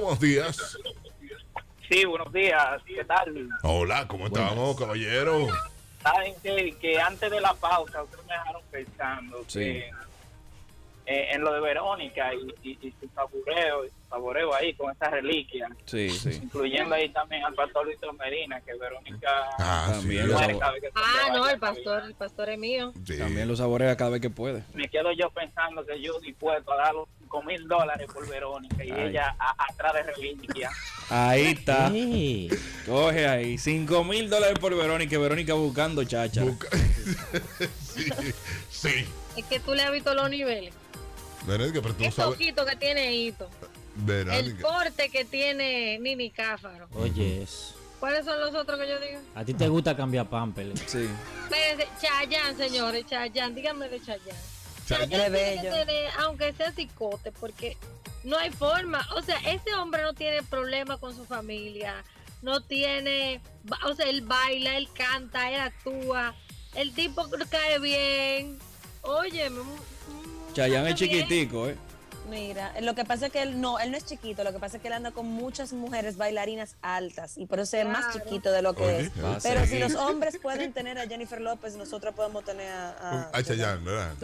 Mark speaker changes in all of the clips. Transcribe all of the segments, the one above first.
Speaker 1: buenos días.
Speaker 2: Sí, buenos días. ¿Qué tal?
Speaker 1: Hola, ¿cómo estamos, caballero?
Speaker 2: Saben que, que antes de la pausa ustedes me dejaron pensando
Speaker 3: Sí.
Speaker 2: que, eh, en lo de Verónica y, y- y su saboreo, su saboreo ahí con esa reliquia,
Speaker 3: Sí, sí.
Speaker 2: incluyendo ahí también al pastor Víctor Medina, que Verónica
Speaker 1: Ah,
Speaker 3: También
Speaker 1: sí.
Speaker 3: lo-
Speaker 2: muere cada vez que se
Speaker 4: Ah,
Speaker 2: vaya
Speaker 4: no,
Speaker 2: a
Speaker 4: el
Speaker 2: la
Speaker 4: pastor, el pastor es mío.
Speaker 1: Sí.
Speaker 3: También lo saborea cada vez que puede.
Speaker 2: me quedo yo pensando que yo dispuesto a dar los 5 mil dólares por Verónica y
Speaker 3: Ay.
Speaker 2: ella a- atrás de reliquia.
Speaker 3: Ahí está.
Speaker 5: Sí.
Speaker 3: Coge ahí. 5 mil dólares por Verónica. Verónica buscando chacha.
Speaker 1: Busca- sí. sí.
Speaker 4: Es que tú le has visto los niveles.
Speaker 1: Verónica, pero tú
Speaker 4: El
Speaker 1: sabes.
Speaker 4: poquito que tiene Hito. El
Speaker 1: Verónica.
Speaker 4: porte que tiene Nini Cáfaro.
Speaker 5: Oye, es-
Speaker 4: ¿Cuáles son los otros que yo digo?
Speaker 5: a ti te gusta cambiar pamper.
Speaker 3: Sí.
Speaker 4: Espérense, Chayanne, señores, Chayanne, díganme de Chayanne.
Speaker 1: Chayanne.
Speaker 4: Chayanne
Speaker 6: Él es
Speaker 4: tiene que
Speaker 6: bello.
Speaker 4: tener, aunque sea cicote, porque no hay forma. O sea, ese hombre no tiene problema con su familia, no tiene, ba- o sea, él baila, él canta, él actúa, el tipo cae bien. Oye,
Speaker 3: Chayanne es chiquitico, ¿eh?
Speaker 6: Mira, lo que pasa es que él no, él no es chiquito, lo que pasa es que él anda con muchas mujeres bailarinas altas y por eso es más
Speaker 4: Claro.
Speaker 6: chiquito de lo que
Speaker 1: Oye, ah,
Speaker 6: es.
Speaker 3: Va a
Speaker 6: Pero si
Speaker 3: seguir.
Speaker 6: los hombres pueden tener a Jennifer López, nosotros podemos tener a...
Speaker 1: A Ah, Chayanne, ¿verdad?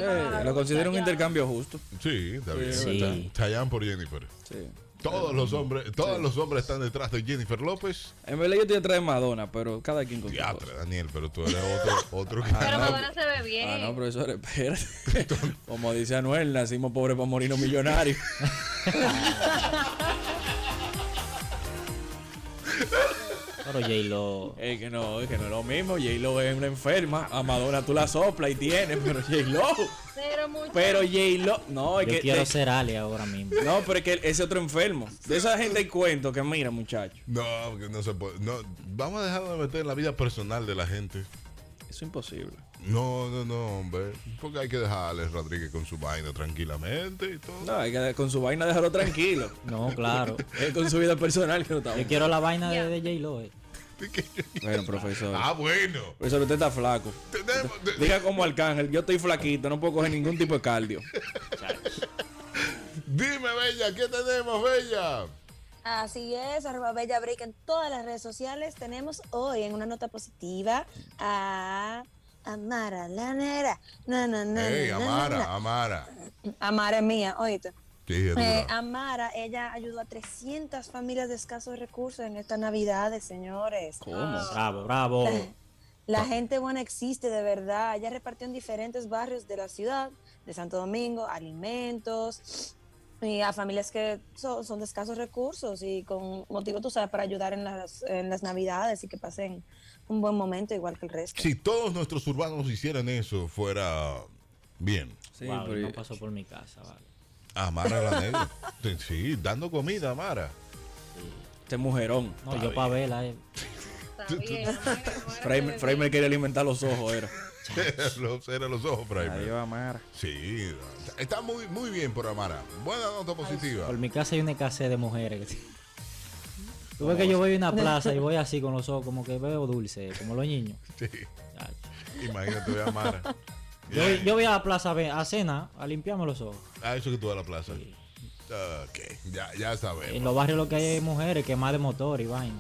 Speaker 3: Sí, lo considero un intercambio justo.
Speaker 1: Sí, está bien.
Speaker 3: Sí.
Speaker 1: Chay- Chayanne por Jennifer.
Speaker 3: Sí.
Speaker 1: Todos los hombres, todos los hombres están detrás de Jennifer López.
Speaker 3: En verdad yo te detrás de Madonna, pero cada quien con su
Speaker 1: Teatro,
Speaker 3: cosa.
Speaker 1: Daniel, pero tú eres otro, otro que-
Speaker 4: Pero
Speaker 3: Ah, no,
Speaker 4: Madonna se ve bien.
Speaker 3: Ah, no, profesor, espérate. Como dice Anuel, nacimos pobres para morirnos millonarios.
Speaker 5: Pero J-Lo.
Speaker 3: Es que no, es que no es lo mismo. J-Lo es una enferma. A Madonna tú la soplas y tienes, pero J-Lo.
Speaker 4: Pero mucho.
Speaker 3: Pero J-Lo. No, es
Speaker 5: Yo
Speaker 3: que.
Speaker 5: quiero
Speaker 3: de-
Speaker 5: ser Ale ahora mismo.
Speaker 3: no, pero es que ese otro enfermo. De esa gente hay cuento que mira, muchacho.
Speaker 1: No, que no se puede. No, vamos a dejar de meter en la vida personal de la gente.
Speaker 3: Eso es imposible.
Speaker 1: No, no, no, hombre. Porque hay que dejar a Alex Rodríguez con su vaina tranquilamente y todo.
Speaker 3: No, hay que con su vaina dejarlo tranquilo.
Speaker 5: No, claro.
Speaker 3: Es con su vida personal que no está
Speaker 5: Yo
Speaker 3: bueno.
Speaker 5: quiero la vaina de, de J-Lo. eh.
Speaker 3: Bueno, profesor.
Speaker 1: Ah, bueno.
Speaker 3: Profesor, usted está flaco.
Speaker 1: Tenemos. de-
Speaker 3: Diga como Arcángel, yo estoy flaquito, no puedo coger ningún tipo de cardio.
Speaker 1: Dime, Bella, ¿qué tenemos, Bella?
Speaker 6: Así es, arroba Bella Break en todas las redes sociales. Tenemos hoy en una nota positiva a Amara Lanera. Na, na, na,
Speaker 1: Ey,
Speaker 6: na, na,
Speaker 1: Amara, Amara.
Speaker 6: na. Amara es mía, oíste.
Speaker 1: Sí, es
Speaker 6: Eh,
Speaker 1: dura.
Speaker 6: Amara, ella ayudó a 300 familias de escasos recursos en estas navidades, señores.
Speaker 3: ¿Cómo?
Speaker 5: Bravo, bravo.
Speaker 6: La gente buena existe de verdad. Ella repartió en diferentes barrios de la ciudad, de Santo Domingo, alimentos y a familias que son, son de escasos recursos y con motivo, tú sabes, para ayudar en las, en las navidades y que pasen un buen momento igual que el resto.
Speaker 1: Si todos nuestros urbanos hicieran eso, fuera bien.
Speaker 3: Sí,
Speaker 5: Wow,
Speaker 3: pero-
Speaker 5: no pasó por mi casa, vale.
Speaker 1: Amara la negra. Sí, Sí, dando comida, Amara.
Speaker 3: este mujerón.
Speaker 5: No, yo pa' verla, eh.
Speaker 4: Está bien, muérete, muérete,
Speaker 3: Frey
Speaker 4: bebé.
Speaker 3: Frey me quería alimentar los ojos, era.
Speaker 1: los, era los ojos,
Speaker 3: Ahí
Speaker 1: Primer.
Speaker 3: va Mara.
Speaker 1: Sí, está muy, muy bien por Amara. Buena nota positiva.
Speaker 5: Por mi casa hay una escasez de mujeres. Tú ves que yo voy a una plaza y voy así con los ojos, como que veo dulce, como los niños.
Speaker 1: Sí.
Speaker 5: Chacho.
Speaker 1: Imagínate, ve a Amara.
Speaker 5: Yo, yo voy a la plaza a, ver- a cena, a limpiarme los ojos.
Speaker 1: Ah, eso que tú vas a la plaza. Ok, ya, ya
Speaker 5: En
Speaker 1: sabemos.
Speaker 5: los barrios lo que hay es mujeres, que más de motor y vaina.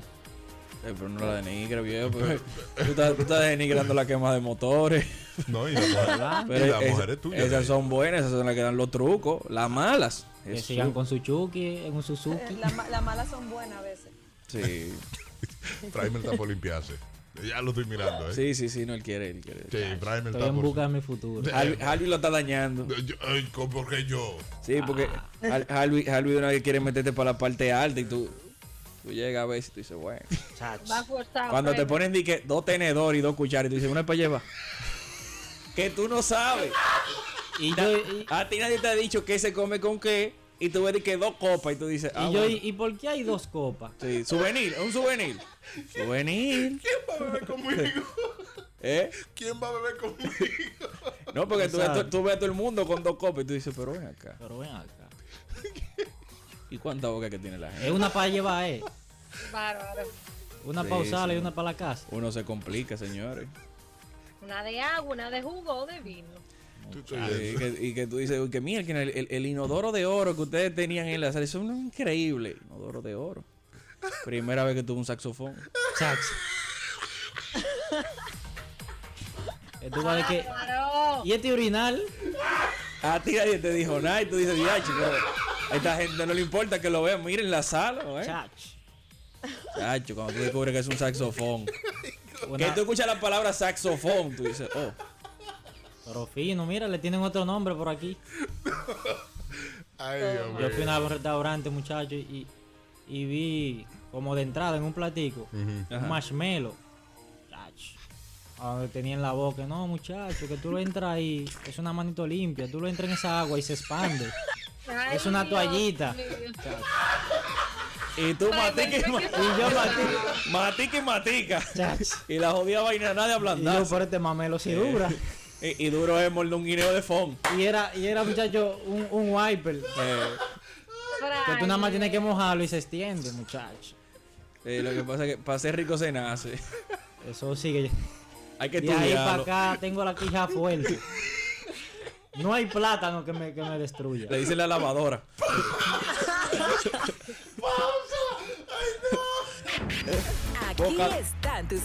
Speaker 3: Eh, pero no la denigre, viejo. pues. Tú estás, tú estás denigrando la quema de motores.
Speaker 1: No, y la mujer,
Speaker 3: Pero
Speaker 1: Ah, y la
Speaker 3: es-
Speaker 1: mujer es tuya.
Speaker 3: esas
Speaker 1: ¿eh?
Speaker 3: son buenas, esas son las que dan los trucos. Las malas.
Speaker 5: Que
Speaker 3: Jesús.
Speaker 5: sigan con Suzuki, en un Suzuki.
Speaker 6: Las malas son buenas a veces.
Speaker 3: Sí.
Speaker 1: Primer está por limpiarse. Ya lo estoy mirando, ¿eh? Sí,
Speaker 3: sí, sí, sí, no, él quiere, él quiere.
Speaker 1: Primer
Speaker 5: Estoy
Speaker 1: está
Speaker 5: en
Speaker 1: por.
Speaker 5: busca de mi futuro.
Speaker 3: Harvey Harvey lo está dañando.
Speaker 1: Yo- ay, ¿cómo ¿Por qué yo?
Speaker 3: Sí, porque Har- Harvey, Harvey de una vez quiere meterte para la parte alta y tú, tú llegas a ver si tú dices, bueno.
Speaker 5: Chacho.
Speaker 4: Va forzado.
Speaker 3: Cuando te
Speaker 4: Frey.
Speaker 3: ponen di que, dos tenedores y dos cucharas y tú dices, una es para llevar. que tú no sabes.
Speaker 5: Y yo, y,
Speaker 3: A ti nadie te ha dicho qué se come con qué. Y tú ves di que dos copas y tú dices, ah,
Speaker 5: y yo,
Speaker 3: bueno.
Speaker 5: ¿y por qué hay dos copas?
Speaker 3: Sí, souvenir, un souvenir. Souvenir.
Speaker 1: ¿Quién va a beber conmigo?
Speaker 3: ¿Eh?
Speaker 1: ¿Quién va a beber conmigo?
Speaker 3: No, porque tú ves,
Speaker 5: Exacto.
Speaker 3: tú ves a todo el mundo con dos copas y tú dices, pero ven acá.
Speaker 5: Pero ven acá.
Speaker 3: ¿Y cuánta boca que tiene la gente?
Speaker 5: Es una para llevar, eh.
Speaker 4: Bárbaro.
Speaker 5: Una
Speaker 3: Sí,
Speaker 5: para usarla y
Speaker 3: sí.
Speaker 5: una para la casa.
Speaker 3: Uno se complica, señores.
Speaker 4: Una de agua, una de jugo o de vino.
Speaker 1: Tú te-
Speaker 3: Y que, y que tú dices, uy, que mira, que el, el- el inodoro de oro que ustedes tenían en la sala, eso es increíble. Inodoro de oro. Primera vez que tuve un saxofón.
Speaker 5: Sax. Eh, tú vas de que-
Speaker 4: Claro.
Speaker 5: Y este urinal.
Speaker 3: A ti nadie te dijo nada y tú dices, ya, chico, a esta gente no le importa que lo vean, miren la sala, ¿eh?
Speaker 5: Chach.
Speaker 3: Chacho, cuando tú descubres que es un saxofón. Que
Speaker 5: Una-
Speaker 3: tú escuchas la palabra saxofón, tú dices, oh.
Speaker 5: Pero fino, mira, le tienen otro nombre por aquí.
Speaker 1: Ay, Dios mío.
Speaker 5: Yo fui una vez a un restaurante, muchacho, y, y vi como de entrada en un platico
Speaker 3: Ajá.
Speaker 5: un marshmallow. Muchacho. A donde tenía en la boca, no, muchacho, que tú lo entras ahí, es una manito limpia, tú lo entras en esa agua y se expande.
Speaker 4: Ay,
Speaker 5: Es una
Speaker 4: Dios
Speaker 5: toallita.
Speaker 4: mío.
Speaker 3: Y tú
Speaker 4: Para
Speaker 3: matica y
Speaker 4: ver
Speaker 3: ma-
Speaker 4: qué
Speaker 3: y yo
Speaker 4: pasa.
Speaker 3: mati- matica y matica.
Speaker 5: Chacho.
Speaker 3: Y la jodida vaina nada de
Speaker 5: Y yo
Speaker 3: ablandarse.
Speaker 5: por este mamelo si dura.
Speaker 3: Y, y duro es morder un guineo de foam.
Speaker 5: Y era, y era muchacho, un, un wiper.
Speaker 3: Eh,
Speaker 5: Que tú nada
Speaker 4: Fray.
Speaker 5: más tienes que mojarlo y se extiende, muchacho.
Speaker 3: eh, lo que pasa es que para ser rico se nace.
Speaker 5: Eso sigue.
Speaker 3: Hay que
Speaker 5: De ahí para
Speaker 3: estudiarlo.
Speaker 5: acá tengo la quija fuerte. No hay plátano que me, que me destruya.
Speaker 3: Le dicen la lavadora.
Speaker 7: Aquí
Speaker 3: Boca-
Speaker 7: están tus